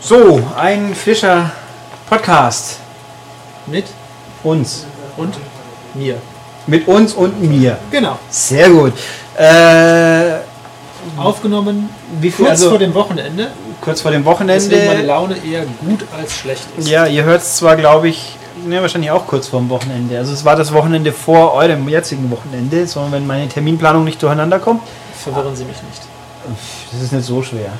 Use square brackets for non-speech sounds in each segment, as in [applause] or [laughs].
So, ein frischer Podcast Mit uns. und mir. Mit uns und mir. Genau. Sehr gut. Äh, Aufgenommen wie viel, kurz also, vor dem Wochenende, kurz vor dem deswegen meine Wochenende. Laune eher gut als schlecht ist. Ja, ihr hört es zwar, glaube ich, ne, wahrscheinlich auch kurz vor dem Wochenende. Also es war das Wochenende vor eurem jetzigen Wochenende, sondern wenn meine Terminplanung nicht durcheinander kommt. Verwirren Sie mich nicht. Das ist nicht so schwer.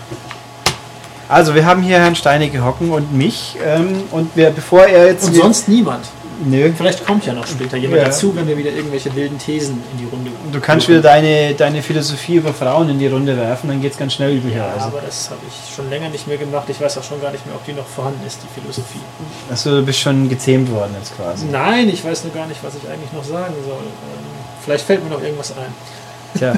Also, wir haben hier Herrn Steinecke hocken und mich. Ähm, und wir, bevor er jetzt. Und sonst niemand. Nö. Vielleicht kommt ja noch später jemand Ja. dazu, wenn wir wieder irgendwelche wilden Thesen in die Runde Du kannst wieder deine, deine Philosophie über Frauen in die Runde werfen, dann geht's ganz schnell Ja, üblicherweise. aber das habe ich schon länger nicht mehr gemacht. Ich weiß auch schon gar nicht mehr, ob die noch vorhanden ist, die Philosophie. Mhm. Achso, Also, du bist schon gezähmt worden jetzt quasi. Nein, ich weiß nur gar nicht, was ich eigentlich noch sagen soll. Ähm, Vielleicht fällt mir noch irgendwas ein. Tja,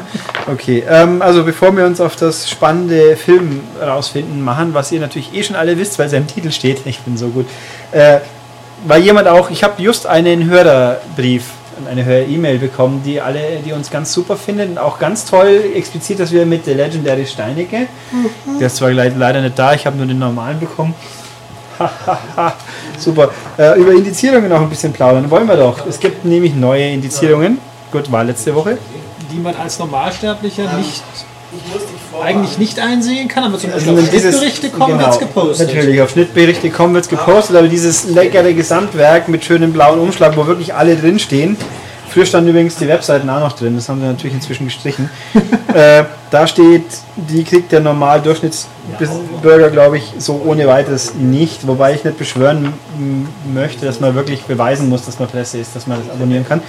okay. Ähm, also bevor wir uns auf das spannende Film rausfinden machen, was ihr natürlich eh schon alle wisst, weil es ja im Titel steht, ich bin so gut. Äh, weil jemand auch, ich habe just einen Hörerbrief und eine Hörer-E-Mail bekommen, die alle, die uns ganz super findet und auch ganz toll explizit, dass wir mit The Legendary Steinecke, der ist zwar leid- leider nicht da, ich habe nur den normalen bekommen. [laughs] Super. Äh, über Indizierungen noch ein bisschen plaudern. Wollen wir doch. Es gibt nämlich neue Indizierungen. Gut, war letzte Woche. Die man als Normalsterblicher nicht, eigentlich nicht einsehen kann, aber zum Also Beispiel auf wenn dieses- Schnittberichte kommen, genau, wird's gepostet. Natürlich, auf Schnittberichte kommen wird es gepostet, aber dieses leckere Gesamtwerk mit schönem blauen Umschlag, wo wirklich alle drinstehen. Früher stand übrigens die Webseiten auch noch drin, das haben wir natürlich inzwischen [laughs] gestrichen. äh, da steht, die kriegt der normal Durchschnittsbürger, glaube ich, so ohne weiteres nicht. Wobei ich nicht beschwören m- möchte, dass man wirklich beweisen muss, dass man Presse ist, dass man das abonnieren kann.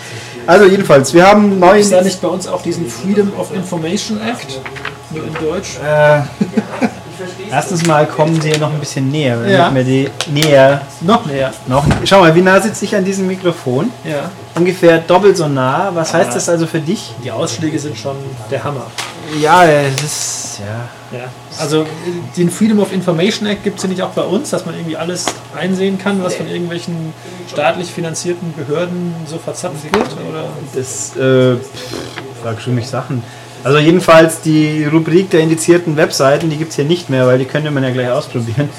Also jedenfalls, wir haben neue... Ist da nicht bei uns auch diesen Freedom of Information Act? Nur in Deutsch? Äh, erstens mal kommen sie noch ein bisschen näher, damit Ja. wir die näher Noch näher. noch. Schau mal, wie nah sitze ich an diesem Mikrofon? Ja. Ungefähr doppelt so nah. Was heißt Ah. das also für dich? Die Ausschläge sind schon der Hammer. Ja, es ist ja. Ja. Also äh, den Freedom of Information Act gibt es ja nicht auch bei uns, dass man irgendwie alles einsehen kann, was von irgendwelchen staatlich finanzierten Behörden so verzapft wird? Oder? Das äh, fragst du mich Sachen. Also jedenfalls die Rubrik der indizierten Webseiten, die gibt es hier nicht mehr, weil die könnte man ja gleich ausprobieren.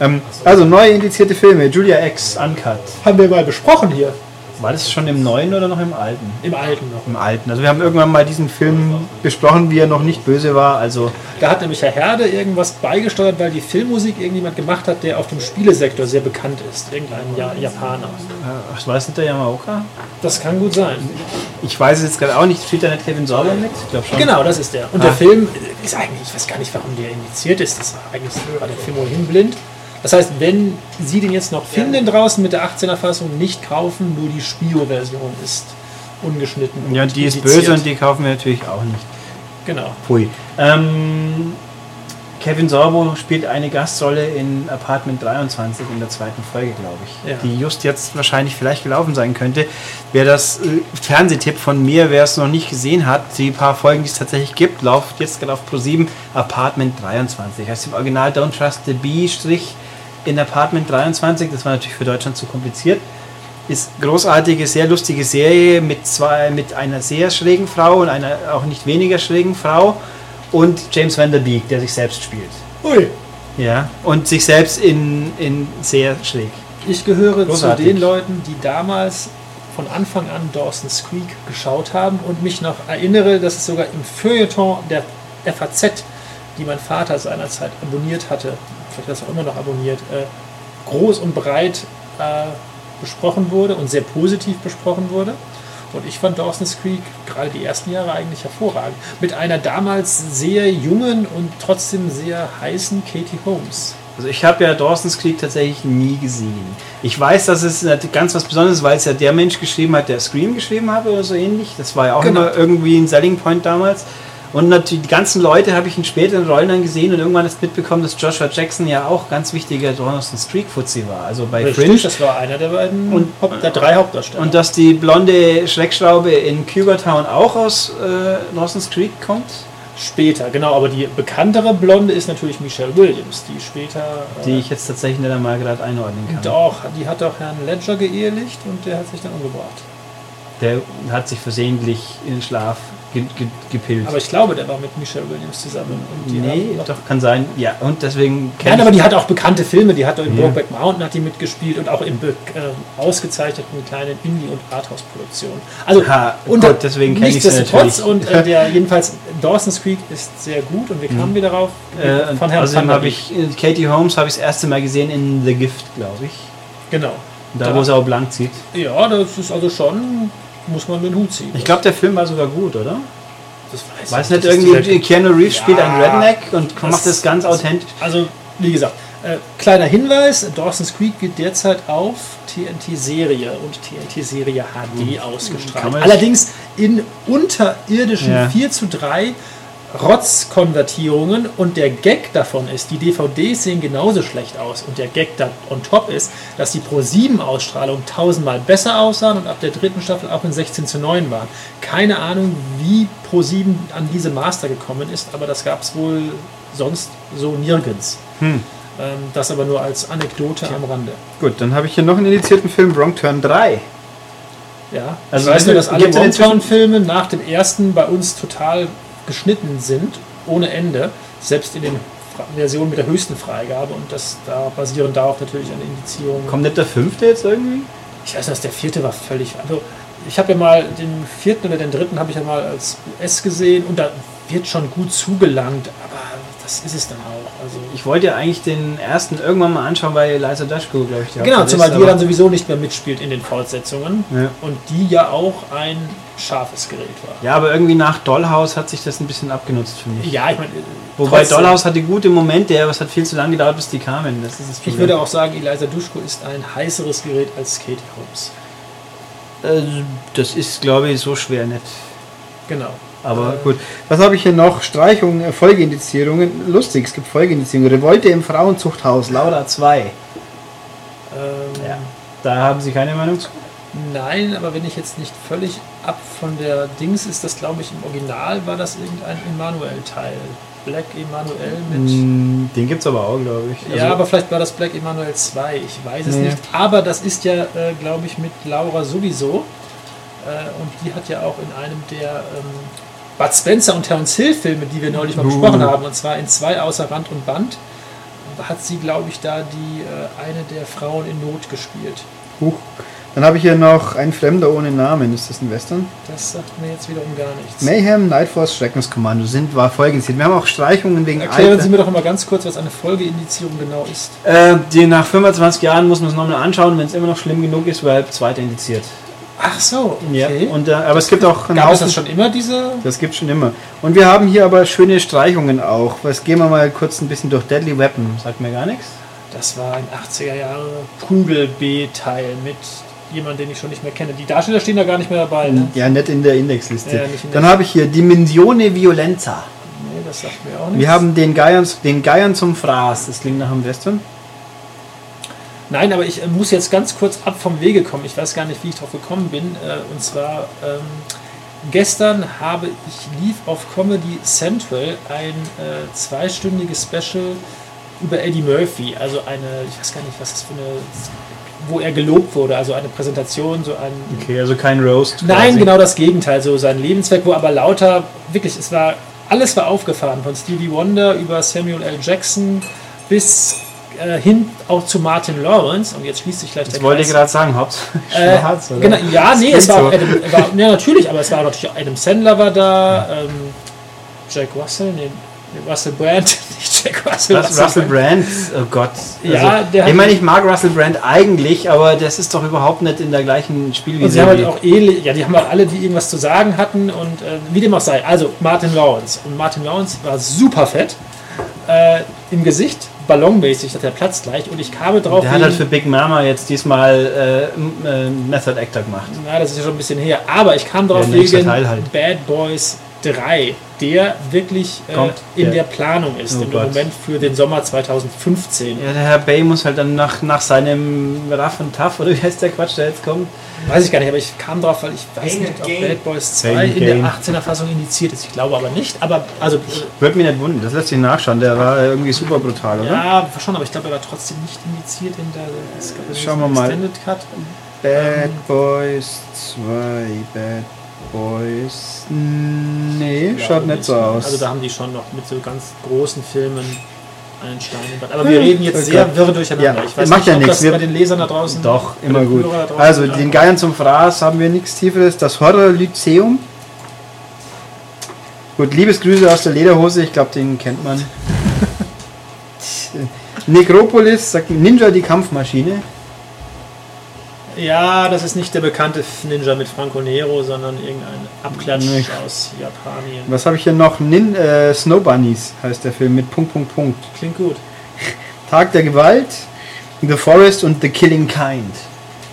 Ähm, also neue indizierte Filme, Julia X, Uncut. Haben wir mal besprochen hier. War das schon im neuen oder noch im alten? Im Alten noch. Im alten. Also wir haben irgendwann mal diesen Film besprochen, wie er noch nicht böse war. Also Da hat nämlich Herr Herde irgendwas beigesteuert, weil die Filmmusik irgendjemand gemacht hat, der auf dem Spielesektor sehr bekannt ist. Irgendein ja Japaner. Äh, Ich weiß nicht, der Yamaoka? Das kann gut sein. Ich weiß es jetzt gerade auch nicht. Spielt da nicht Kevin Sorbo mit? Ich glaube schon. Genau, das ist der. Und Ah. der Film ist eigentlich, ich weiß gar nicht, warum der indiziert ist. Das war eigentlich war der Film ohnehin blind. Das heißt, wenn Sie den jetzt noch finden draußen mit der 18er-Fassung, nicht kaufen, nur die Spio-Version ist ungeschnitten. Ja, die ist indiziert. böse und die kaufen wir natürlich auch nicht. Genau. Pui. Ähm, Kevin Sorbo spielt eine Gastrolle in Apartment 23 in der zweiten Folge, glaube ich. Ja. Die just jetzt wahrscheinlich vielleicht gelaufen sein könnte. Wer das äh, Fernsehtipp von mir, wer es noch nicht gesehen hat, die paar Folgen, die es tatsächlich gibt, läuft jetzt gerade auf Pro7 Apartment 23. Heißt im Original Don't Trust the Bee Strich in Apartment 23. Das war natürlich für Deutschland zu kompliziert. Ist großartige, sehr lustige Serie mit zwei, mit einer sehr schrägen Frau und einer auch nicht weniger schrägen Frau und James Van der Beek, der sich selbst spielt. Ui, Ja. Und sich selbst in, in sehr schräg. Ich gehöre Großartig. zu den Leuten, die damals von Anfang an Dawson's Creek geschaut haben und mich noch erinnere, dass es sogar im Feuilleton der FAZ, die mein Vater seinerzeit abonniert hatte, vielleicht hat er es auch immer noch abonniert, äh, groß und breit äh, besprochen wurde und sehr positiv besprochen wurde. Und ich fand Dawson's Creek gerade die ersten Jahre eigentlich hervorragend. Mit einer damals sehr jungen und trotzdem sehr heißen Katie Holmes. Also ich habe ja Dawson's Creek tatsächlich nie gesehen. Ich weiß, dass es nat- ganz was Besonderes ist, weil es ja der Mensch geschrieben hat, der Scream geschrieben hat oder so ähnlich. Das war ja auch Genau. immer irgendwie ein Selling Point damals. Und natürlich die ganzen Leute habe ich in späteren Rollen dann gesehen und irgendwann ist mitbekommen, dass Joshua Jackson ja auch ganz wichtiger Dawson's Creek Fuzzi war. Also bei Richtig, Fringe das war einer der beiden Und- Haupt- der drei Hauptdarsteller. Und dass die blonde Schreckschraube in Cuba Town auch aus äh, Dawson's Creek kommt. später, genau, aber die bekanntere Blonde ist natürlich Michelle Williams, die später. äh, Die ich jetzt tatsächlich nicht einmal gerade einordnen kann. doch, die hat doch Herrn Ledger geehelicht und der hat sich dann umgebracht. Der hat sich versehentlich in den Schlaf ge ge gepilt. Aber ich glaube, der war mit Michelle Williams zusammen. Und die nee, haben noch- doch, kann sein. Ja, und deswegen Nein, kenn aber die hat auch bekannte Filme. Die hat in Ja. Brokeback Mountain hat die mitgespielt und auch in be- äh, ausgezeichneten kleinen Indie- und Arthouse-Produktionen. Also Ha, unter- gut, deswegen kenn ich sie nichtsdestotrotz natürlich. und äh, der jedenfalls Dawson's Creek ist sehr gut und wir kamen wieder darauf Äh, und von Herrn außerdem Van der habe Beek. ich äh, Katie Holmes habe ich das erste Mal gesehen in The Gift, glaube ich. genau. Da, Da. wo sie auch blank zieht. Ja, das ist also schon muss man den Hut ziehen. Ich glaube, der Film war sogar gut, oder? das weiß, Weiß ich nicht, irgendwie dieser- Keanu Reeves Ja. spielt einen Redneck und Das- macht das ganz das- authentisch. Also, wie gesagt, äh, kleiner Hinweis: Dawson's Creek geht derzeit auf TNT-Serie und TNT-Serie HD Hm. Kann ausgestrahlt. man- Allerdings in unterirdischen Ja. 4 zu 3 Rotzkonvertierungen und der Gag davon ist, die DVDs sehen genauso schlecht aus und der Gag da on top ist, dass die Pro 7 Ausstrahlung tausendmal besser aussahen und ab der dritten Staffel auch in 16 zu 9 waren. Keine Ahnung, wie Pro 7 an diese Master gekommen ist, aber das gab es wohl sonst so nirgends. Ähm, das aber nur als Anekdote am Rande. Gut, dann habe ich hier noch einen indizierten Film, Wrong Turn 3. Ja, Also also ich weiß nur, dass alle gibt's denn inzwischen- Hometown-Filme nach dem ersten bei uns total geschnitten sind, ohne Ende, selbst in den Fra- Versionen mit der höchsten Freigabe und das da basieren darauf natürlich eine Indizierung. Kommt nicht der fünfte jetzt irgendwie? Ich weiß nicht, der vierte war völlig. Also ich habe ja mal den vierten oder den dritten habe ich ja mal als US gesehen und da wird schon gut zugelangt, aber das ist es dann auch. Also Ich wollte ja eigentlich den ersten irgendwann mal anschauen, weil Eliza Dushku, glaube ich, die Genau, Hauptrolle zumal ist, die ja dann aber- sowieso nicht mehr mitspielt in den Fortsetzungen Ja. und die ja auch ein scharfes Gerät war. Ja, aber irgendwie nach Dollhouse hat sich das ein bisschen abgenutzt für mich. Ja, ich meine, Wobei trotzdem, Dollhouse hatte gute Momente, aber es hat viel zu lange gedauert, bis die kamen. Das ist das Ich würde auch sagen, Eliza Duschko ist ein heißeres Gerät als Katie Holmes. Äh, das ist, glaube ich, so schwer nicht. Genau. Aber Äh, gut. Was habe ich hier noch? Streichungen, äh, Folgeindizierungen. Lustig, es gibt Folgeindizierungen. Revolte im Frauenzuchthaus, Laura 2. Ähm, Ja. Da haben Sie keine Meinung zu? Nein, aber wenn ich jetzt nicht völlig ab von der Dings ist, das glaube ich im Original war das irgendein Emanuel-Teil. Black Emanuel mit. Mm, Den gibt es aber auch, glaube ich. Also, ja, aber vielleicht war das Black Emanuel 2, ich weiß es Nee. nicht. Aber das ist ja, äh, glaube ich, mit Laura sowieso. Äh, und die hat ja auch in einem der ähm, Bud Spencer und Terence Hill Filme, die wir neulich mal Uh. besprochen haben, und zwar in zwei außer Rand und Band, hat sie, glaube ich, da die äh, eine der Frauen in Not gespielt. Huch. Dann habe ich hier noch Ein Fremder ohne Namen. Ist das ein Western? Das sagt mir jetzt wiederum gar nichts. Mayhem, Nightforce, Schreckenskommando sind war folgendes. Wir haben auch Streichungen wegen Erklären Sie Alter. mir doch mal ganz kurz, was eine Folgeindizierung genau ist. Äh, die nach 25 Jahren muss man es nochmal anschauen. Wenn es immer noch schlimm genug ist, weil zweiter indiziert. Ach so, okay. Ja. Und, äh, aber es gibt auch einen Gab es Haufen- das schon immer, diese? Das gibt schon immer. Und wir haben hier aber schöne Streichungen auch. Was gehen wir mal kurz ein bisschen durch Deadly Weapon. Sagt mir gar nichts. Das war ein 80er Jahre Prügel-B-Teil mit jemandem, den ich schon nicht mehr kenne. Die Darsteller stehen da gar nicht mehr dabei, ne? Ja, nicht in der Indexliste. Ja, nicht in der- Dann habe ich hier Dimensione Violenza. Nee, das sagt mir auch nichts. Wir haben den Geiern, den Geiern zum Fraß. Das klingt nach einem Western. Nein, aber ich äh, muss jetzt ganz kurz ab vom Wege kommen. Ich weiß gar nicht, wie ich drauf gekommen bin. Äh, Und zwar ähm, gestern habe ich lief auf Comedy Central ein äh, zweistündiges Special über Eddie Murphy. Also eine, ich weiß gar nicht, was das für eine, wo er gelobt wurde. Also eine Präsentation, so ein Mhm. Okay, also kein Roast. Nein, genau das Gegenteil, so sein Lebenswerk, wo aber lauter, wirklich, es war, alles war aufgefahren, von Stevie Wonder über Samuel L. Jackson bis äh, hin auch zu Martin Lawrence und jetzt schließt sich gleich Das wollte ich gerade sagen, Haupt. [laughs] äh, Schwarz, oder? genau, ja, nee, es klingt war, auch so. [laughs] Adam, war ja, natürlich, aber es war natürlich auch Adam Sandler war da, ähm, Jack Russell, nee, Russell Brand, [laughs] nicht Jack Russell. Das Russell Brand, oh Gott. Ja, der ich hat- meine, ich mag Russell Brand eigentlich, aber das ist doch überhaupt nicht in der gleichen Und sie haben Spielwiese. halt auch ähnlich, ja, die haben halt alle, die irgendwas zu sagen hatten und äh, wie dem auch sei. Also Martin Lawrence. Und Martin Lawrence war super fett äh, im Gesicht, ballonmäßig, dass der Platz gleich. Und ich kam drauf. der hat halt wegen- für Big Mama jetzt diesmal äh, m- äh, Method Actor gemacht. na, das ist ja schon ein bisschen her. Aber ich kam drauf Ja, nächster wegen Teil halt. Bad Boys 3, der wirklich Kommt, äh, in ja. der Planung ist, Oh im Gott. Moment für den Sommer 2015. Ja, der Herr Bay muss halt dann nach, nach seinem Raff und Taff, oder wie heißt der Quatsch, der jetzt kommt? Weiß ich gar nicht, aber ich kam drauf, weil ich weiß nicht, ob Bad Boys 2 Pain in der Gain. 18er Fassung indiziert ist. Ich glaube aber nicht. Aber also Würde mich nicht wundern. Das lässt sich nachschauen. Der war irgendwie super brutal, oder? Ja, schon, aber ich glaube, er war trotzdem nicht indiziert in der es gab ja Schauen diesen wir mal. Extended Cut. Bad Boys 2. Bad Boys. Nee, Ich schaut glaube nicht so aus. Also da haben die schon noch mit so ganz großen Filmen einen Stein im Brett. Aber wir reden jetzt Okay. sehr wirr durcheinander. Ja, Ich weiß macht nicht, ja ob nichts. das Wir- bei den Lesern da draußen... Doch, bei den Immer gut. Hörer da draußen Also, ankommt. den Geiern zum Fraß haben wir nichts Tieferes. Das Horror Lyzeum. Gut, Liebesgrüße aus der Lederhose. Ich glaube, den kennt man. [laughs] Necropolis, sagt Ninja die Kampfmaschine. Ja, das ist nicht der bekannte Ninja mit Franco Nero, sondern irgendein Abklatsch Nicht. aus Japanien. Was habe ich hier noch? Nin äh, Snow Bunnies heißt der Film mit Punkt, Punkt, Punkt. Klingt gut. Tag der Gewalt, The Forest und The Killing Kind.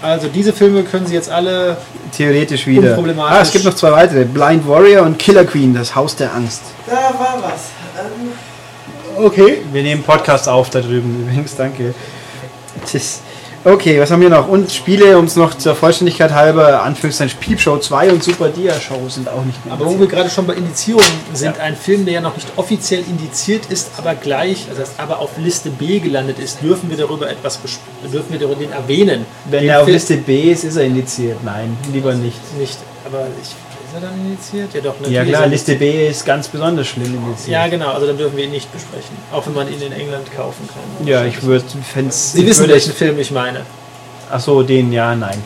Also diese Filme können Sie jetzt alle... Theoretisch wieder. Unproblematisch. Ah, es gibt noch zwei weitere. Blind Warrior und Killer Queen, das Haus der Angst. Da war was. Ähm, Okay. Wir nehmen Podcast auf da drüben. Übrigens, danke. Tschüss. Okay, was haben wir noch? Und Spiele, um es noch zur Vollständigkeit halber, Anführungszeichen Piepshow 2 und Super Dia Show sind auch nicht mehr. Aber wo wir gerade schon bei Indizierungen sind, ein Film, der ja noch nicht offiziell indiziert ist, aber gleich, also heißt, aber auf Liste B gelandet ist, dürfen wir darüber etwas besp- dürfen wir darüber den erwähnen. Wenn den er auf Film- Liste B ist, ist er indiziert. Nein, lieber nicht. nicht, aber ich, ist er dann indiziert? Ja doch, natürlich. Ja ist klar, er- Liste B ist ganz besonders schlimm Ja indiziert. genau, also dann dürfen wir ihn nicht besprechen, auch wenn man ihn in England kaufen kann. Ja, ich würde, fänd's. Sie ich wissen, würde welchen Film ich meine. Achso, den, ja, nein.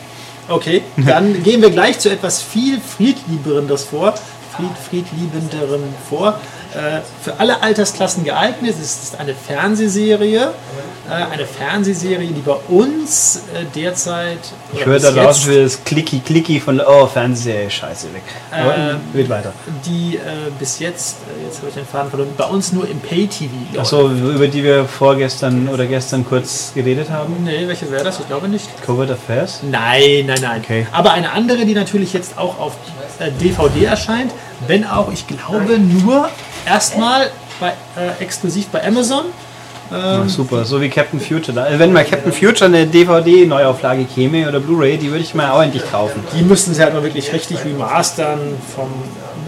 Okay, [laughs] dann gehen wir gleich zu etwas viel friedliebenderes vor. Fried, friedliebenderem vor. Äh, für alle Altersklassen geeignet. Es ist eine Fernsehserie. Äh, eine Fernsehserie, die bei uns äh, derzeit. Ich oder höre bis da jetzt, draußen das Klicki-Klicki von, oh, Fernseher, scheiße, weg. Aber Ähm, wird weiter. Die äh, bis jetzt, äh, jetzt habe ich den Faden verloren, bei uns nur im Pay-TV. läuft. Achso, über die wir vorgestern oder gestern kurz geredet haben. Ähm, Nee, welche wäre das? Ich glaube nicht. Covert Affairs. Nein, nein, nein. Okay. Aber eine andere, die natürlich jetzt auch auf äh, DVD erscheint, wenn auch, ich glaube, nur erstmal bei, äh, exklusiv bei Amazon. Ach, super, so wie Captain Future. da. Äh, Wenn mal Captain Future eine DVD-Neuauflage käme oder Blu-ray, die würde ich mir auch endlich kaufen. Die müssten sie halt mal wirklich richtig remastern vom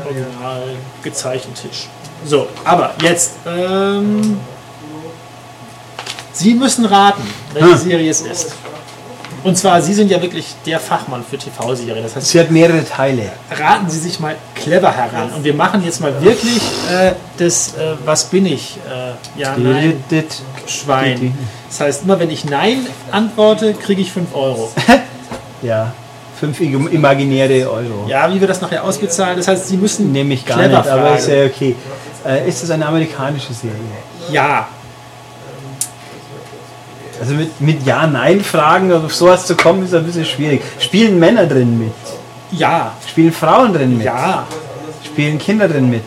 original gezeichneten Tisch. So, aber jetzt, ähm, Sie müssen raten, welche Hm. Serie es ist. Und zwar, Sie sind ja wirklich der Fachmann für TV-Serien. Das heißt, Sie hat mehrere Teile. raten Sie sich mal clever heran. Und wir machen jetzt mal wirklich äh, das äh, Was bin ich? Äh, ja, nein, Dit- Schwein. Das heißt, immer wenn ich Nein antworte, kriege ich 5 Euro. Ja, fünf ig- imaginäre Euro. Ja, wie wir das nachher ausbezahlen, das heißt, Sie müssen. Nehme ich gar clever nicht, aber fragen. ist ja okay. Äh, ist das eine amerikanische Serie? Ja, Also mit, mit Ja-Nein-Fragen auf sowas zu kommen, ist ein bisschen schwierig. Spielen Männer drin mit? ja, Spielen Frauen drin mit? ja, Spielen Kinder drin mit?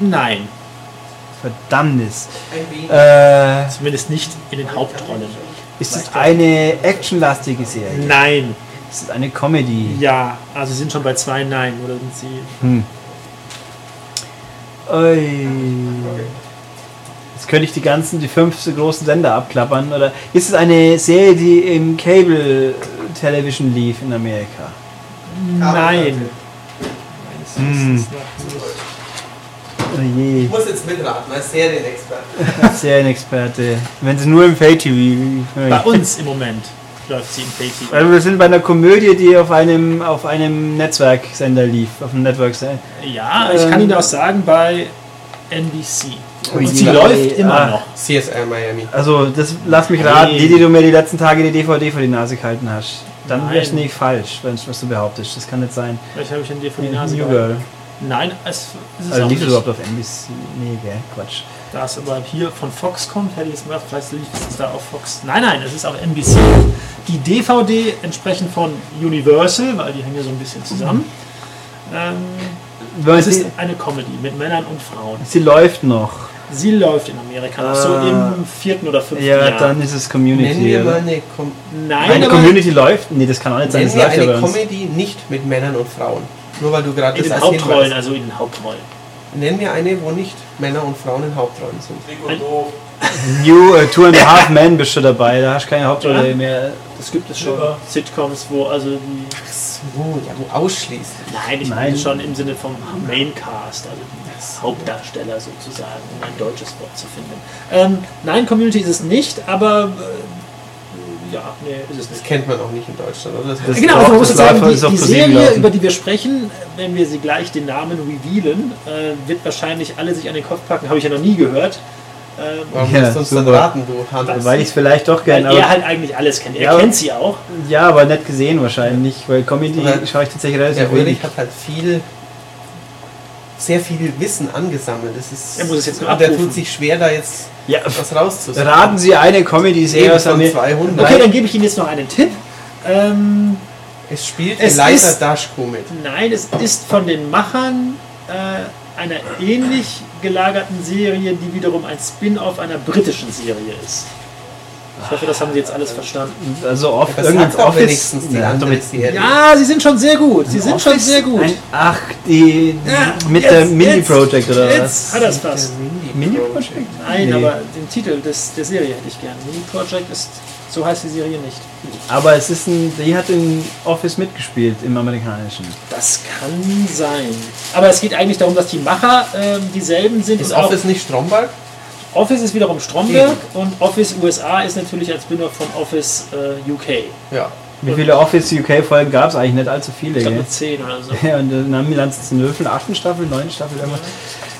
nein. Verdammnis. ein wenig. Äh, Zumindest nicht in den Hauptrollen. ist es eine actionlastige Serie? Nein, Ist es eine Comedy? ja. Also, Sie sind schon bei zwei Nein, oder sind Sie. Hm. Ui. Jetzt könnte ich die ganzen, die fünf so großen Sender abklappern. Oder ist es eine Serie, die im Cable Television lief in Amerika? Nein. Das ist- Hm. das ist noch nicht. Oh je, [laughs] Ich muss jetzt mitraten als Serienexperte. Serienexperte. Wenn sie nur im Pay-TV. Bei uns im Moment läuft sie im Pay-TV. Also wir sind bei einer Komödie, die auf einem, auf einem Netzwerksender lief. Auf einem Networksender. Ja, ich kann Ähm, Oh Ihnen auch sagen, bei NBC. Ui, Und sie ja, läuft ja. immer noch. CSI Miami. Also, das lass mich raten, Nee. die, die du mir die letzten Tage die DVD vor die Nase gehalten hast. Dann Nein. wäre es nicht falsch, wenn's- was du behauptest. Das kann nicht sein. Vielleicht habe ich denn dir vor die New Nase gehalten. Girl. Nein, es, es ist Also auch lief nicht. es überhaupt auf NBC? Nee, gell, Quatsch. Da es aber hier von Fox kommt, hätte ich jetzt gedacht, vielleicht lief es da auf Fox. Nein, nein, es ist auf NBC. Die DVD entsprechend von Universal, weil die hängen ja so ein bisschen zusammen. Ähm, Wenn man es ist sie, eine Comedy mit Männern und Frauen. sie läuft noch. Sie läuft in Amerika noch so Ah. im vierten oder fünften Ja, Jahr. dann ist es Nennen Community. wir mal Oder? eine, Com Nein, Eine aber Community läuft? Nee, das kann auch nicht sein. nennen Das wir läuft ja eine bei uns. Comedy nicht mit Männern und Frauen. Nur weil du gerade in den das als Hauptrollen, Hinweis- also in den Hauptrollen. Nennen wir eine, wo nicht Männer und Frauen in Hauptrollen sind. New äh, Two and a Half Men bist du dabei. Da hast du keine Hauptrolle Ja. mehr. Das gibt es schon. Sitcoms, wo also die. So, ja, wo ausschließlich. Nein, ich Nein. meine schon im Sinne vom Maincast, also die Hauptdarsteller sozusagen, um ein deutsches Wort zu finden. Ähm, nein, Community ist es nicht, aber äh, ja, nee, ist es Das nicht. kennt man auch nicht in Deutschland, oder? Das Das- heißt, ist genau, auch- also man muss das jetzt sagen, war- die, ist auch die ProSieben Serie, gelaufen. über die wir sprechen, wenn wir sie gleich den Namen revealen, äh, wird wahrscheinlich alle sich an den Kopf packen. Habe ich ja noch nie gehört. Ähm, warum Ja, musst du uns dann super. raten, du Hans? Weil ich es vielleicht doch weil gerne, aber, er halt eigentlich alles kennt. Er Ja, aber- kennt sie auch. ja, aber nicht gesehen wahrscheinlich, weil Comedy Oder- schaue ich tatsächlich relativ Der wenig. Ulrich hat halt viel, sehr viel Wissen angesammelt. Das ist, Er muss es jetzt nur und der abrufen. tut sich schwer, da jetzt Ja, was rauszusagen. raten Sie eine Comedy-Serie Eben aus von Amerika. 200. Okay, dann gebe ich Ihnen jetzt noch einen Tipp. Ähm, Es spielt Es Eliza ist- Daschko mit. Nein, es ist von den Machern äh, einer ähnlich gelagerten Serie, die wiederum ein Spin-off einer britischen Serie ist. Ich hoffe, das haben Sie jetzt alles verstanden. Also oft Das irgendwas sagt doch Office- wenigstens die Ja, andere damit- Serie. Ja, Sie sind schon sehr gut. Sie sind schon Office? sehr gut. Ein, ach, die Ja, mit jetzt, der Mindy jetzt, Project oder Jetzt hat er es fast. Mindy Project? Nein, Nee. aber den Titel des, der Serie hätte ich gern. Mini Project ist, so heißt die Serie nicht. was? Aber es ist ein, die hat in Office mitgespielt im amerikanischen. Das kann sein. Aber es geht eigentlich darum, dass die Macher ähm, dieselben sind. Ist und auch- Office nicht Stromberg? Office ist wiederum Stromberg und Office USA ist natürlich als Spin-off von Office äh, UK. Ja. Wie viele Office UK Folgen gab es eigentlich nicht allzu viele? Ich glaube Gell? [laughs] 10 oder so. Ja, und dann haben die ganzen Löffel, achten Staffel, neunten Staffel, irgendwas.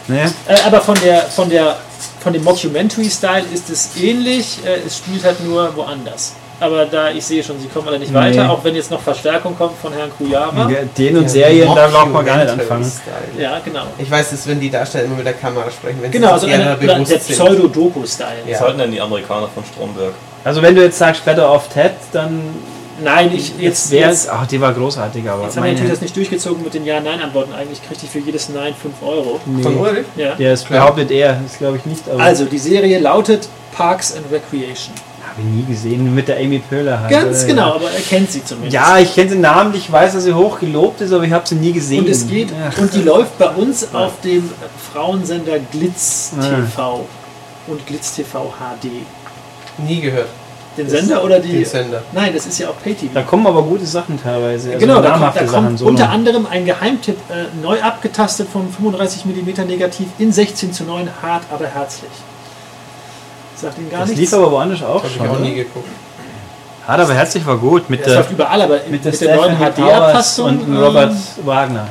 Naja, Äh, aber von der von der von dem Mockumentary-Style ist es ähnlich, äh, es spielt halt nur woanders. Aber da ich sehe schon, sie kommen alle nicht Nee. weiter, auch wenn jetzt noch Verstärkung kommt von Herrn Kuyama. den und Serien, da braucht man gar nicht anfangen. Style. Ja, genau. Ich weiß, dass wenn die Darsteller immer mit der Kamera sprechen, wenn Genau, sie also sich derer eine, oder der bewusst sind. Pseudo-Doku-Style. Was Ja. halten denn die Amerikaner von Stromberg? Also wenn du jetzt sagst Better of Ted, dann Nein, ich jetzt wäre jetzt, es. Ach, die war großartig, aber. jetzt haben wir natürlich meine- das nicht durchgezogen mit den Ja-Nein-Antworten. Eigentlich kriegt ich für jedes Nein 5 Euro. Von nee. Ulrich? Ja. Der ist behauptet er, das glaube ich nicht, aber Also die Serie lautet Parks and Recreation. habe ich nie gesehen, mit der Amy Poehler halt. Ganz oder? genau, aber er kennt sie zumindest. Ja, ich kenne sie namentlich, ich weiß, dass sie hochgelobt ist, aber ich habe sie nie gesehen. und es geht Ja. und die läuft bei uns auf dem Frauensender Glitz Ah. TV und Glitz TV HD. Nie gehört. Den Sender oder die? Den Sender. Nein, das ist ja auch PayTV. Da kommen aber gute Sachen teilweise. also genau, da kommt, namhafte da Sachen. kommt So unter noch. anderem ein Geheimtipp äh, neu abgetastet von 35 mm negativ in 16 zu 9 hart, aber herzlich. Sagt Ihnen gar das nichts. lief aber woanders auch Habe ich schon. auch nie oder? geguckt. Hat aber herzlich war gut mit das der, läuft überall, aber mit mit, der, der neuen Stephanie Powers HD-Anpassung. und Robert ähm, Wagner.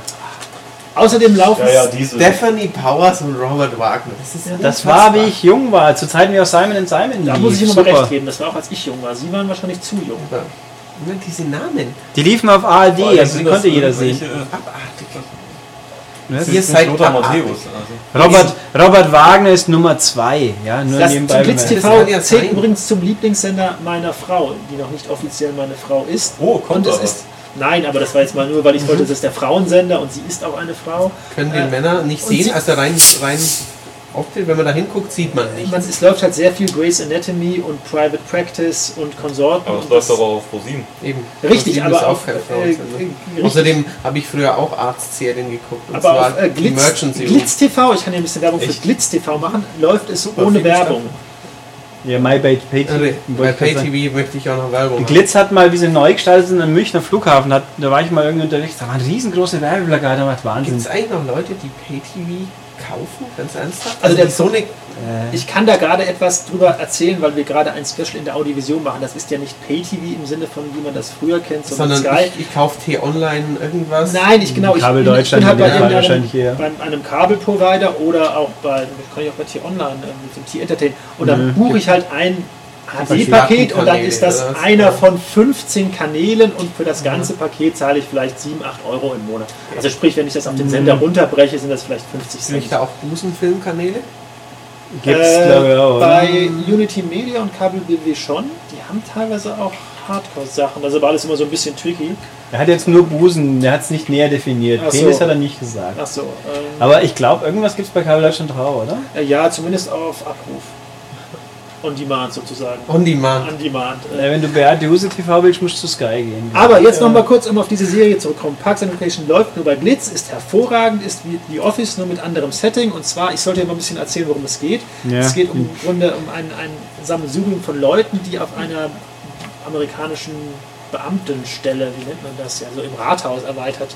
außerdem laufen Ja, ja, diese. Stephanie Powers und Robert Wagner. Das ist Ja. Das war, wie ich jung war, zu Zeiten wie auch Simon Simon. Da lief. muss ich immer mal Super. recht geben, das war auch als ich jung war. Sie waren wahrscheinlich zu jung. Ja. Immer diese Namen. Die liefen auf ARD, Boah, also sind die das konnte jeder sehen. irgendwelche- Abartig. Was? Ihr Das ist seid Lothar abartig. Matthäus. Also. Robert, Robert Wagner ist Nummer 2. Ja, nur Das nebenbei. Blitz bemerkt. TV kann ja zählt sein. übrigens zum Lieblingssender meiner Frau, die noch nicht offiziell meine Frau ist. Oh, kommt Und es aber. ist. Nein, aber das war jetzt mal nur, weil ich wollte, das ist der Frauensender und sie ist auch eine Frau. Können die Äh, Männer nicht und sie- sehen, also rein, rein optisch, wenn man da hinguckt, sieht man nicht. Man, es läuft halt sehr viel Grey's Anatomy und Private Practice und Konsorten. Aber das und läuft doch auch auf ProSieben. Eben. Richtig, Das ist aber auch auf, kein äh, Frauensender. äh, also. Außerdem habe ich früher auch Arztserien geguckt. Und aber auf äh, Glitz, Emergency Room. Glitz TV, ich kann ja ein bisschen Werbung für Echt? Glitz TV machen, läuft es Super, ohne viele Werbung. Ja, My Bait Irre. Pay Bei PayTV möchte ich auch noch Werbung machen. Glitz hat mal, wie sie neu gestaltet sind, am Münchner Flughafen, hat, da war ich mal irgendwie unterwegs, da waren riesengroße Werbeplakate, macht Gibt Wahnsinn. es eigentlich noch Leute, die PayTV kaufen? Ganz ernsthaft? Also Also, der- die so eine Äh, Ich kann da gerade etwas drüber erzählen, weil wir gerade ein Special in der Audiovision machen. Das ist ja nicht Pay-TV im Sinne von, wie man das früher kennt, sondern, sondern Sky. ich, ich kaufe T-Online irgendwas. Nein, ich genau. Ich Kabel bin, ich bin Deutschland halt in bei dem Fall irgendeinem, wahrscheinlich eher. bei einem Kabelprovider oder auch bei, kann ich auch bei T-Online, äh, mit dem T-Entertain. Und Mhm. dann buche ich halt ein HD-Paket und dann Datenkanäle ist das oder was? einer Ja. Mhm. von 15 Kanälen und für das ganze Paket zahle ich vielleicht 7, 8 Euro im Monat. Also sprich, wenn ich das auf Mhm. den Sender runterbreche, sind das vielleicht 50 Sind ich Cent. da auch Busenfilmkanäle? gibt's, Äh, glaube ich, auch. ne? oder? Bei Unity Media und Kabel BW schon. Die haben teilweise auch Hardcore-Sachen. Also war alles immer so ein bisschen tricky. Er hat jetzt nur Busen, er hat es nicht näher definiert. Ach so. Penis hat er nicht gesagt. Achso. Ähm, Aber ich glaube, irgendwas gibt es bei Kabel Deutschland drauf, oder? äh, ja, zumindest auf Abruf. [laughs] On Demand sozusagen. On Demand. On Demand. Äh, Äh. wenn du Beate Huse TV willst, musst du zu Sky gehen. Aber jetzt nochmal kurz, um auf diese Serie zurückzukommen. Parks and Recreation läuft nur bei Blitz, ist hervorragend, ist wie The Office, nur mit anderem Setting. Und zwar, ich sollte ja mal ein bisschen erzählen, worum es geht. Ja. Es geht um, im Grunde um ein, ein Sammelsurium von Leuten, die auf einer amerikanischen Beamtenstelle, wie nennt man das ja, so im Rathaus erweitert,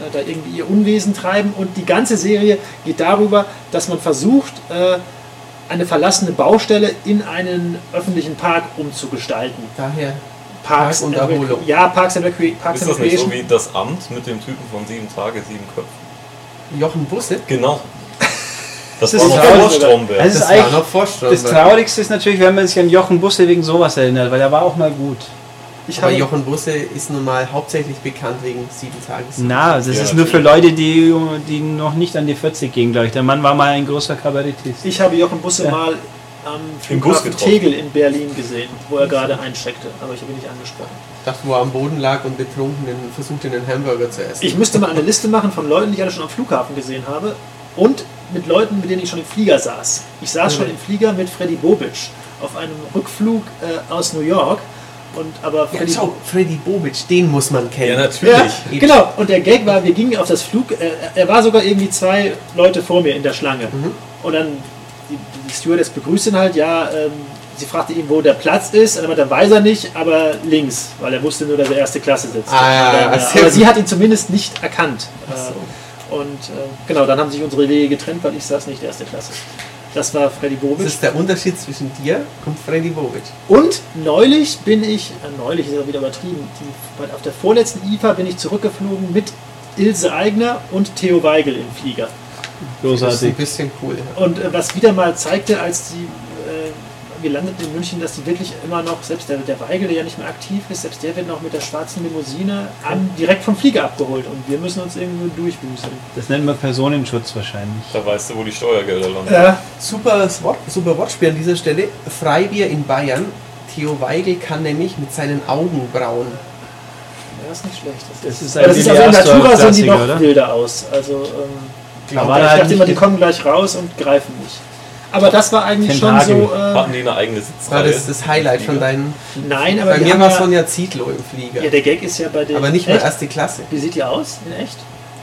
äh, da irgendwie ihr Unwesen treiben. Und die ganze Serie geht darüber, dass man versucht, äh, eine verlassene Baustelle in einen öffentlichen Park umzugestalten. Daher Parks und and Rec- Erholung. Ja, Parks and Recreation. Parks Ist and das nicht so Recreation. wie das Amt mit dem Typen von sieben Tage, sieben Köpfen? Jochen Busse? Genau. Das, Das war ist noch traurig, vor oder? Stromberg. Also- Das ist eigentlich- noch Vorstand. Das Traurigste ist natürlich, wenn man sich an Jochen Busse wegen sowas erinnert, weil der war auch mal gut. Ich Aber habe Jochen Busse ist nun mal hauptsächlich bekannt wegen sieben Tages. Na, das Ja, ist nur für Leute, die, die noch nicht an die 40 gehen, glaube ich. Der Mann war mal ein großer Kabarettist. Ich habe Jochen Busse Ja. mal am Bus Flughafen getroffen. Tegel in Berlin gesehen, wo er gerade eincheckte, aber ich habe ihn nicht angesprochen. Das, wo er am Boden lag und betrunken den, versuchte, einen Hamburger zu essen. Ich müsste mal eine Liste machen von Leuten, die ich alle schon am Flughafen gesehen habe und mit Leuten, mit denen ich schon im Flieger saß. Ich saß schon im Flieger mit Freddy Bobic auf einem Rückflug äh, aus New York und aber ja, Freddy schau, Freddy Bobic, den muss man kennen. Ja, natürlich. Ja, genau. Und der Gag war, wir gingen auf das Flug. Äh, er war sogar irgendwie zwei Leute vor mir in der Schlange. Mhm. Und dann die, die Stewardess begrüßt ihn halt. Ja, ähm, sie fragte ihn, wo der Platz ist. Und er meinte, weiß er nicht, aber links, weil er wusste nur, dass er erste Klasse sitzt. Ah, ja, ja, Äh, sehr aber gut. sie hat ihn zumindest nicht erkannt. Äh, so. Und äh, genau, dann haben sich unsere Wege getrennt, weil ich saß nicht erste Klasse. Das war Freddy Bobic. Das ist der Unterschied zwischen dir und Freddy Bobic. Und neulich bin ich, äh, neulich ist ja wieder übertrieben, die, bei- auf der vorletzten IFA bin ich zurückgeflogen mit Ilse Aigner und Theo Weigel im Flieger. Das ist ein Großartig. bisschen cool. ja. Und äh, was wieder mal zeigte, als die, äh, wir landeten in München, dass die wirklich immer noch, selbst der, der Weigel, der ja nicht mehr aktiv ist, selbst der wird noch mit der schwarzen Limousine am, direkt vom Flieger abgeholt und wir müssen uns irgendwo durchbüßen. Das nennt man Personenschutz wahrscheinlich. Da weißt du, wo die Steuergelder landen. Äh. Ja. Super, Wort, super Wortspiel an dieser Stelle. Freibier in Bayern. Theo Weigel kann nämlich mit seinen Augenbrauen. Das ist nicht schlecht. Das Das ist, ist aber das ein ist also Billy in Natura sehen die Astor-Klassiker, noch oder? wilder aus. Also, ähm, Da Aber war ich er halt dachte immer, die nicht- kommen gleich raus und greifen mich. Aber das war eigentlich Ten schon Hagel. so. Äh, Hatten die eine eigene Das war Sitzreihe? das, das Highlight von deinen. nein, aber Bei die mir haben war ja, Sonja Zietlow im Flieger. ja, der Gag ist ja bei den. Aber nicht mal echt? erste Klasse. Wie sieht die aus? In echt?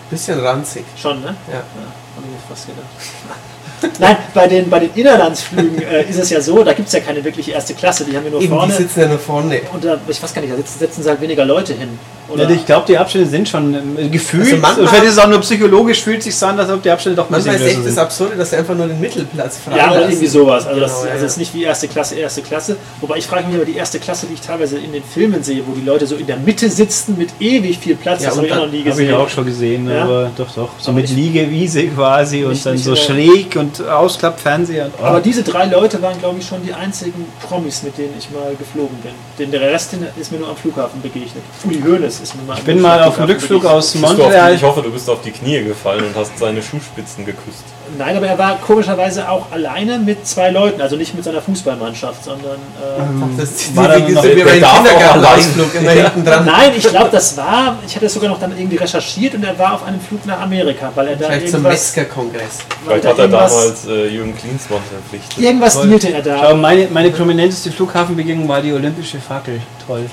Bisschen ranzig. Schon, ne? Ja. Ja, hab ich mir fast gedacht. [laughs] Nein, bei den, bei den Inlandsflügen äh, ist es ja so, da gibt es ja keine wirkliche erste Klasse, die haben wir nur Eben, die vorne. sitzen ja nur vorne. und da, ich weiß gar nicht, da sitzen, setzen sie halt weniger Leute hin. Oder? Ja, ich glaube, die Abstände sind schon ähm, gefühlt. Also manchmal- und vielleicht ist es auch nur psychologisch, fühlt sich so an, als ob die Abstände doch ein bisschen Manchmal ist größer echt das sind. Absurde, dass sie einfach nur den Mittelplatz frei ja, oder lassen. irgendwie sowas. Also, das, Genau, also ja, das ist nicht wie erste Klasse, erste Klasse. Wobei ich frage mich aber die erste Klasse, die ich teilweise in den Filmen sehe, wo die Leute so in der Mitte sitzen mit ewig viel Platz. Ja, das und habe ich auch dann- noch nie Habe ich gesehen. auch schon gesehen, Ja? aber doch, doch. So Aber mit nicht- Liegewiese quasi und nicht- dann nicht so in der- schräg und Ausklappfernseher. Und, oh. Aber diese drei Leute waren, glaube ich, schon die einzigen Promis, mit denen ich mal geflogen bin. Denn der Rest den ist mir nur am Flughafen begegnet. Uli Hoeneß ist mir mal. ich bin mal auf dem Rückflug aus Bist du auf die, Montreal. ich hoffe, du bist auf die Knie gefallen und hast seine Schuhspitzen geküsst. Nein, aber er war komischerweise auch alleine mit zwei Leuten. Also nicht mit seiner Fußballmannschaft, sondern. Äh, Das ist die War dann Wege noch- sind wie der beim darf auch Kindergartenausflug immer hinten dran. Nein, ich glaube, das war, ich hatte das sogar noch dann irgendwie recherchiert und er war auf einem Flug nach Amerika, weil er da Vielleicht zum irgendwas, Metzgerkongress. weil Vielleicht da hat er irgendwas, damals äh, Jürgen Klinsmann verpflichtet. irgendwas Toll. dealte er Schau, da. meine, meine prominenteste Flughafenbegegnung war die olympische Fackel. Toll.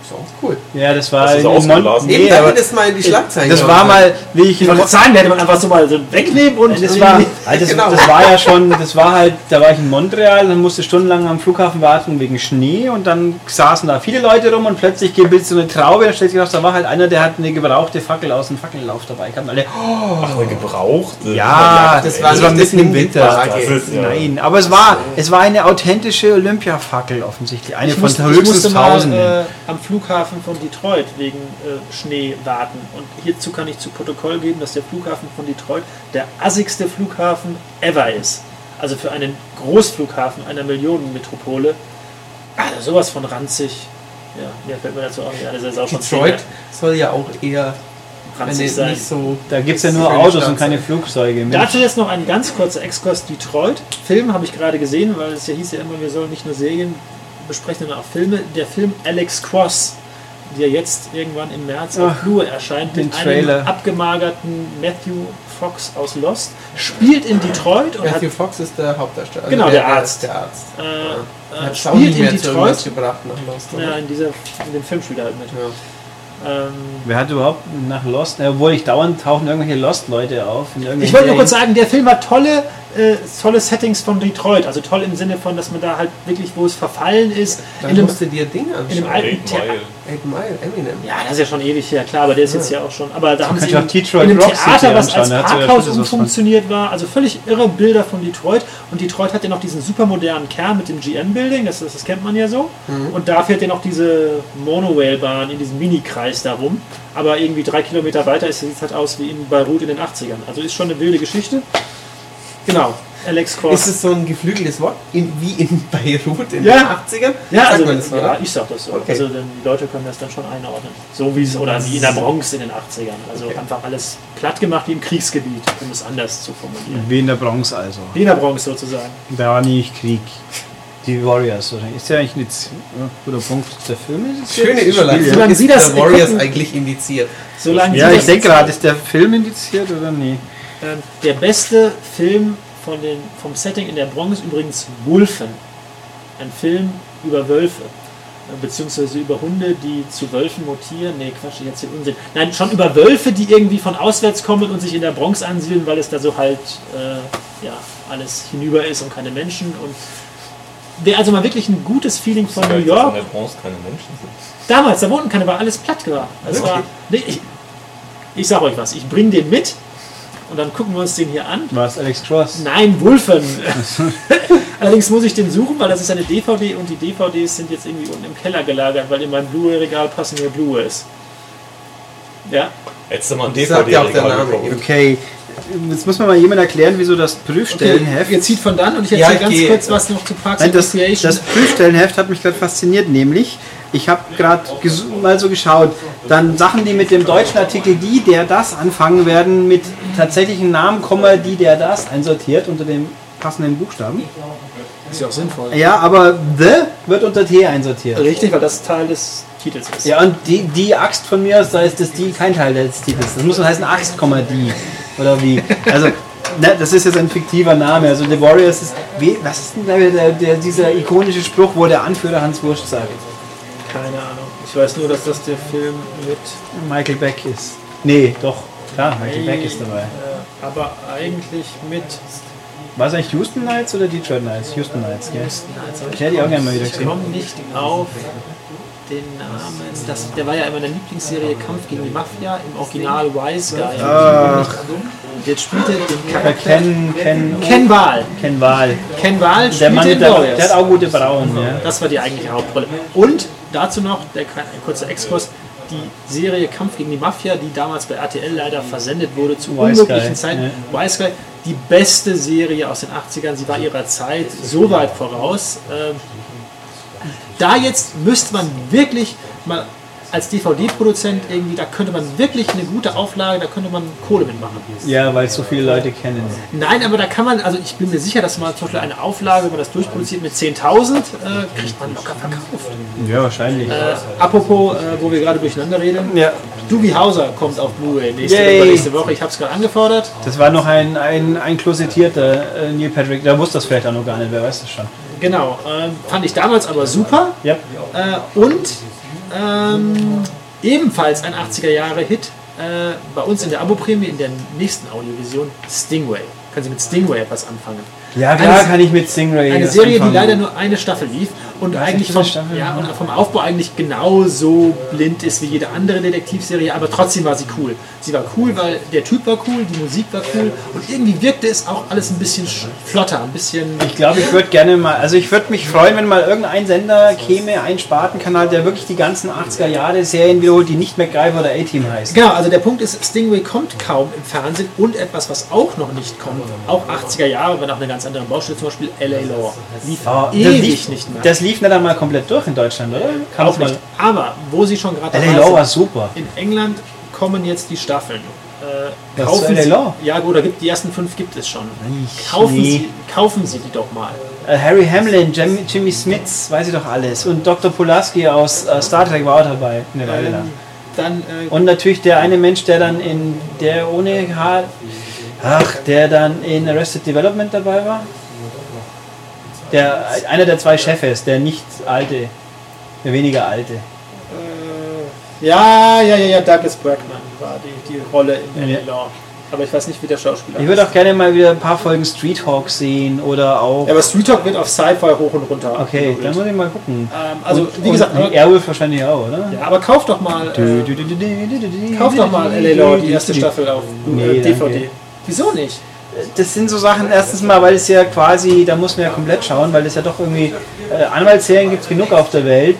Ist auch cool. Ja, das war Hast du sie in Mon- ausgeblasen? Nee, Eben, aber- damit ist mal in die Schlagzeilen Das war gekommen. mal, wie ich in Die Zahlen hätte man einfach so mal so wegnehmen und Das war, irgendwie- Alter, das, Genau. das war ja schon, das war halt, da war ich in Montreal, dann musste stundenlang am Flughafen warten wegen Schnee und dann saßen da viele Leute rum und plötzlich geht so eine Traube, da stellt sich raus, da war halt einer, der hat eine gebrauchte Fackel aus dem Fackellauf dabei gehabt. und Alle, oh, Ach, eine gebrauchte. ja, das das war war, nicht mitten das im Winter. Winter. das ist ja. Nein, aber es war, es war eine authentische Olympia-Fackel offensichtlich. Eine Ich von musste, ich musste höchstens mal Tausenden. äh, am Flughafen von Detroit wegen äh, Schnee warten. Und hierzu kann ich zu Protokoll geben, dass der Flughafen von Detroit der assigste Flughafen ever ist. Also für einen Großflughafen einer Millionenmetropole. Also sowas von ranzig. Ja, mehr fällt mir dazu auch nicht. ein. Das ist auch schon Detroit soll ja auch eher ziemlich eine, ranzig sein. nicht so. da gibt es ja nur Schöne Autos Stadt und keine Flugzeuge. Mensch. Dazu jetzt noch ein ganz kurzer Exkurs Detroit. Film habe ich gerade gesehen, weil es ja hieß ja immer, wir sollen nicht nur Serien besprechen, sondern auch Filme. Der Film Alex Cross, der jetzt irgendwann im März auf Blu erscheint, den mit Trailer. einem abgemagerten Matthew Fox aus Lost, spielt in Detroit und Matthew hat Fox ist der Hauptdarsteller. Also Genau, der der Arzt. Der Arzt. äh, äh, Hat Saudi spielt in mehr zu irgendwas Detroit. gebracht nach Lost. oder? Ja, in, dieser, in dem Film spielt er halt mit. Ja. Ähm, Wer hat überhaupt äh, nach Lost, obwohl ich dauernd tauchen irgendwelche Lost-Leute auf. in irgendwelchen Ich wollte nur Serien. kurz sagen, der Film hat tolle äh, tolle Settings von Detroit. Also toll im Sinne von, dass man da halt wirklich, wo es verfallen ist, Dann in einem, musst du dir Dinge in einem anschauen. alten Eight Theater. Mile. Eight Mile, Eminem. Ja, das ist ja schon ewig her, klar, aber der ist jetzt ja auch schon. Aber da haben kann sie ich auch in, in Detroit einem Rock City Theater, was anschauen, als da hat sie ja Parkhaus schon was von. umfunktioniert war, also völlig irre Bilder von Detroit. Und Detroit hat ja noch diesen super modernen Kern mit dem GM-Building, das, das kennt man ja so. Mhm. Und da fährt ja noch diese Monorail-Bahn in diesem Mini-Kreis da rum. Aber irgendwie drei Kilometer weiter sieht es halt aus wie in Beirut in den 80ern. Also ist schon eine wilde Geschichte. Genau, Alex Cross. Ist es so ein geflügeltes Wort? In, wie in [laughs] Beirut in Ja. den 80ern? Ja, Sagt also, man das, ja, oder? ich sag das so. Okay. Also dann, die Leute können das dann schon einordnen. So wie es, oder wie in der Bronx in den 80ern. Also einfach alles platt gemacht wie im Kriegsgebiet, um es anders zu formulieren. Wie in der Bronx also. Wie in der Bronx sozusagen. Da war nämlich Krieg. Die Warriors. wahrscheinlich. Ist ja eigentlich ein ja, guter Punkt. Der Film ist es Schöne jetzt? Überleitung. Solange ist Sie das The Warriors gucken- eigentlich indiziert? Solange Ja, Sie ich das- denke gerade, ist der Film indiziert oder nee? Ähm, der beste Film von den, vom Setting in der Bronx übrigens Wolfen. Ein Film über Wölfe. Äh, Beziehungsweise über Hunde, die zu Wölfen mutieren. Nee, Quatsch, ich jetzt hier Unsinn. Nein, schon über Wölfe, die irgendwie von auswärts kommen und sich in der Bronx ansiedeln, weil es da so halt äh, ja, alles hinüber ist und keine Menschen. Und der also mal wirklich ein gutes Feeling von New Weil das in York der Bronze keine Menschen sind. Damals, da wohnten keine, war alles platt war. Es war nee, ich, ich sag euch was, ich bring den mit und dann gucken wir uns den hier an. War es Alex Cross? Nein, Wulfen. [laughs] Allerdings muss ich den suchen, weil das ist eine DVD und die DVDs sind jetzt irgendwie unten im Keller gelagert, weil in meinem Blu-ray-Regal passen nur Blu-rays. Ja, Hättest du mal ein Sagt ja auch der DVD-Regal Name gekauft. eben. Okay, jetzt muss mir mal jemand erklären, wieso das Prüfstellenheft. Ihr zieht von dann und ich Ja, erzähle ich ganz geh. kurz was noch zu Parks Nein, and das, Recreation. das Prüfstellenheft hat mich gerade fasziniert, nämlich ich habe gerade mal so geschaut, dann Sachen, die mit dem deutschen Artikel die, der das anfangen werden, mit tatsächlichen Namen, Komma, die, der das einsortiert unter dem passenden Buchstaben. ist ja auch sinnvoll. Ja, aber the wird unter T einsortiert. Richtig, weil das Teil des Titels ist. Ja, und die, die Axt von mir aus, da ist das die kein Teil des Titels. Das muss dann heißen Axt, Komma, die. Oder wie? Also, ne, das ist jetzt ein fiktiver Name. Also, The Warriors ist. Wie, was ist denn da wieder der, der, dieser ikonische Spruch, wo der Anführer Hans Wurst sagt? Keine Ahnung. Ich weiß nur, dass das der Film mit Michael Beck ist. Nee, doch. Klar, Michael Beck ist dabei. Äh, aber eigentlich mit. War es eigentlich Houston Knights oder Detroit Knights? Houston Knights, gell? Ich Ich hätte die auch gerne mal wieder gesehen. komme nicht auf den Namen. Das, der war ja in meiner Lieblingsserie Kampf gegen die Mafia, im Original Wise Guy. Ah, Ach, Jetzt spielt er den bei Charakter. Äh, Ken, Ken, Ken Wahl. Ken Wahl. Ken Wahl Der spielt Mann den mit der, Warriors. der hat auch gute Brauen, ja. Das war die eigentliche Hauptrolle. Und dazu noch, der, ein kurzer Exkurs, die Serie Kampf gegen die Mafia, die damals bei RTL leider versendet wurde zu Wise unmöglichen Guy, Zeiten. Wise Guy, die beste Serie aus den 80ern. Sie war ihrer Zeit so weit voraus. Ähm, da jetzt müsste man wirklich mal als DVD-Produzent irgendwie, da könnte man wirklich eine gute Auflage, da könnte man Kohle mitmachen. Ja, weil so viele Leute kennen. Nein, aber da kann man, also ich bin mir sicher, dass man zum Beispiel eine Auflage, wenn man das durchproduziert mit 10.000, äh, kriegt man locker verkauft. Ja, wahrscheinlich. Äh, apropos, äh, wo wir gerade durcheinander reden, Ja, Doobie Hauser kommt auf Blu-ray nächste, Yay. übernächste Woche. Ich habe es gerade angefordert. das war noch ein, ein, ein klosettierter äh, Neil Patrick. Da wusste das vielleicht auch noch gar nicht, wer weiß das schon. Genau, ähm, fand ich damals aber super. Ja. Äh, und ähm, ebenfalls ein 80er-Jahre-Hit äh, bei uns in der Abo-Prämie in der nächsten Audiovision, Stingray. Können Sie mit Stingray etwas anfangen? Ja, klar Eine- kann ich mit Stingray. Eine das Serie, die anfangen. leider nur eine Staffel lief und eigentlich nur vom, eine Staffel, ja, und vom Aufbau eigentlich genauso blind ist wie jede andere Detektivserie, aber trotzdem war sie cool. Sie war cool, weil der Typ war cool, die Musik war cool und irgendwie wirkte es auch alles ein bisschen sch- flotter, ein bisschen. Ich glaube, ich würde gerne mal, also ich würde mich freuen, wenn mal irgendein Sender käme, ein Spartenkanal, der wirklich die ganzen 80er-Jahre-Serien wiederholt, die nicht MacGyver oder A-Team heißt. Genau, also der Punkt ist, Stingray kommt kaum im Fernsehen und etwas, was auch noch nicht kommt, auch 80er Jahre, wenn auch eine ganz andere Baustelle, zum Beispiel LA Law. Lief Oh, ewig nicht mehr. Das lief nicht einmal komplett durch in Deutschland, oder? Kann auch auch mal. nicht. Aber wo sie schon gerade LA dabei Law sind- war super. In England kommen jetzt die Staffeln. Äh, Was kaufen soll der Sie, Law? ja gut, da gibt die ersten fünf gibt es schon. Kaufen, nee. Sie, kaufen Sie die doch mal. Äh, Harry Hamlin, Jimmy, Jimmy Smits, weiß ich doch alles. Und Dr. Pulaski aus äh, Star Trek war auch dabei, eine Weile lang. Ähm, dann äh, Und natürlich der eine Mensch, der dann in der ohne Haar, ach, der dann in Arrested Development dabei war. Der einer der zwei Chefs, der nicht alte, der weniger alte. äh, ja, ja, ja, ja, Douglas Bergman war die, die Rolle Ja. in Ellie Law. Aber ich weiß nicht, wie der Schauspieler Ich würde auch gerne mal wieder ein paar Folgen Street Hawk sehen oder auch. Ja, aber Street Talk wird auf Sci-Fi hoch und runter. okay, angedudelt. dann muss ich mal gucken. ähm, also, Und- wie gesagt, und aber, die Airwolf wahrscheinlich auch, oder? ja, aber kauf doch mal, äh, kauf doch mal LA Law, die erste Staffel auf Nee, äh, DVD. danke. Wieso nicht? Das sind so Sachen, erstens mal, weil es ja quasi, da muss man ja komplett schauen, weil es ja doch irgendwie, äh, Anwaltsserien gibt es genug auf der Welt.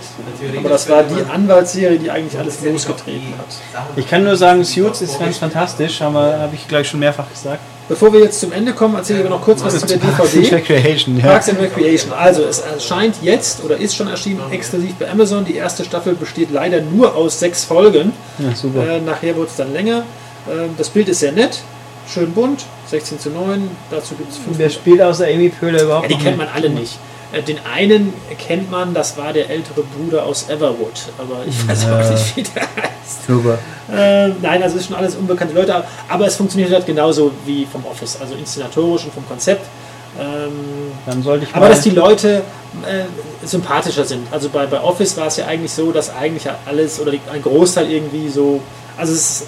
Aber das war die Anwaltsserie, die eigentlich alles losgetreten hat. Ich kann nur sagen, Suits ist ganz fantastisch, aber habe ich gleich schon mehrfach gesagt. Bevor wir jetzt zum Ende kommen, erzähle ich aber noch kurz was zu der DVD. Recreation, ja. Parks and Recreation. Also, es erscheint jetzt oder ist schon erschienen exklusiv bei Amazon. Die erste Staffel besteht leider nur aus sechs Folgen. ja super. Äh, nachher wird es dann länger. Ähm, das Bild ist sehr nett, schön bunt, 16 zu 9. Dazu gibt es fünf. Wer spielt außer Amy Pöhler Ja, überhaupt? die noch kennt mit? man alle nicht. Äh, Den einen kennt man, das war der ältere Bruder aus Everwood, aber ich weiß auch Ja. nicht, wie der heißt. Super. Äh, nein, also es ist schon alles unbekannte Leute, aber es funktioniert halt genauso wie vom Office, also inszenatorisch und vom Konzept. Ähm, Dann sollte ich aber mal- dass die Leute äh, sympathischer sind. Also bei, bei Office war es ja eigentlich so, dass eigentlich ja alles oder die, ein Großteil irgendwie so. Also es ist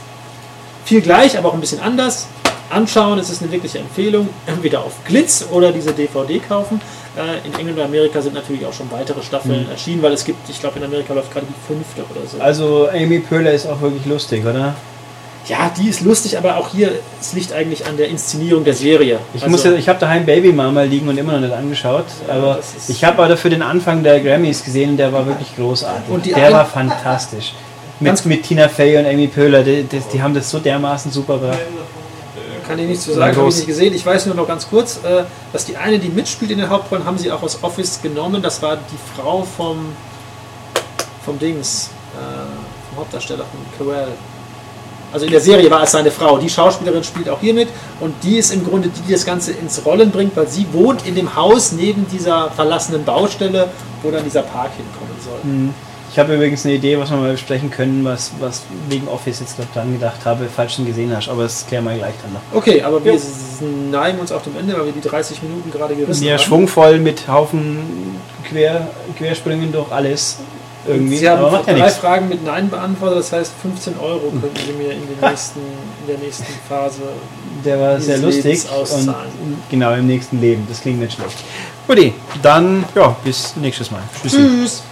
viel gleich, aber auch ein bisschen anders. Anschauen, es ist eine wirkliche Empfehlung. Entweder auf Glitz oder diese DVD kaufen. Äh, in England und Amerika sind natürlich auch schon weitere Staffeln erschienen, weil es gibt, ich glaube, in Amerika läuft gerade die fünfte oder so. Also Amy Pöhler ist auch wirklich lustig, oder? Ja, die ist lustig, aber auch hier, es liegt eigentlich an der Inszenierung der Serie. Ich Also- muss ja, ich habe daheim Baby Mama liegen und immer noch nicht angeschaut, aber das ist- ich habe aber dafür den Anfang der Grammys gesehen und der war wirklich großartig. Und die der ein- war fantastisch. Ganz- Mit, mit Tina Fey und Amy Pöhler, die, die, die haben das so dermaßen super gemacht. Kann ich nichts zu sagen, habe los. ich nicht gesehen. Ich weiß nur noch ganz kurz, äh, dass die eine, die mitspielt in den Hauptrollen, haben sie auch aus Office genommen. Das war die Frau vom, vom Dings, äh, vom Hauptdarsteller, von Carell. Also in der Serie war es seine Frau. Die Schauspielerin spielt auch hier mit und die ist im Grunde die, die das Ganze ins Rollen bringt, weil sie wohnt in dem Haus neben dieser verlassenen Baustelle, wo dann dieser Park hinkommen soll. Ich habe übrigens eine Idee, was wir mal besprechen können, was, was wegen Office jetzt gerade dran gedacht habe, falsch schon gesehen hast, aber das klären wir gleich dann noch. Okay, aber wir s- neigen uns auch dem Ende, weil wir die 30 Minuten gerade gerissen Ja, haben. schwungvoll mit Haufen Quer, Querspringen durch alles. Irgendwie. Sie haben aber macht ja drei nichts. Fragen mit Nein beantwortet, das heißt 15 Euro könnten Sie mir in, den nächsten, in der nächsten Phase. Der war sehr dieses lustig. Lebens Und auszahlen. genau, im nächsten Leben. Das klingt nicht schlecht. Guti, dann ja, bis nächstes Mal. Tschüssi. Tschüss!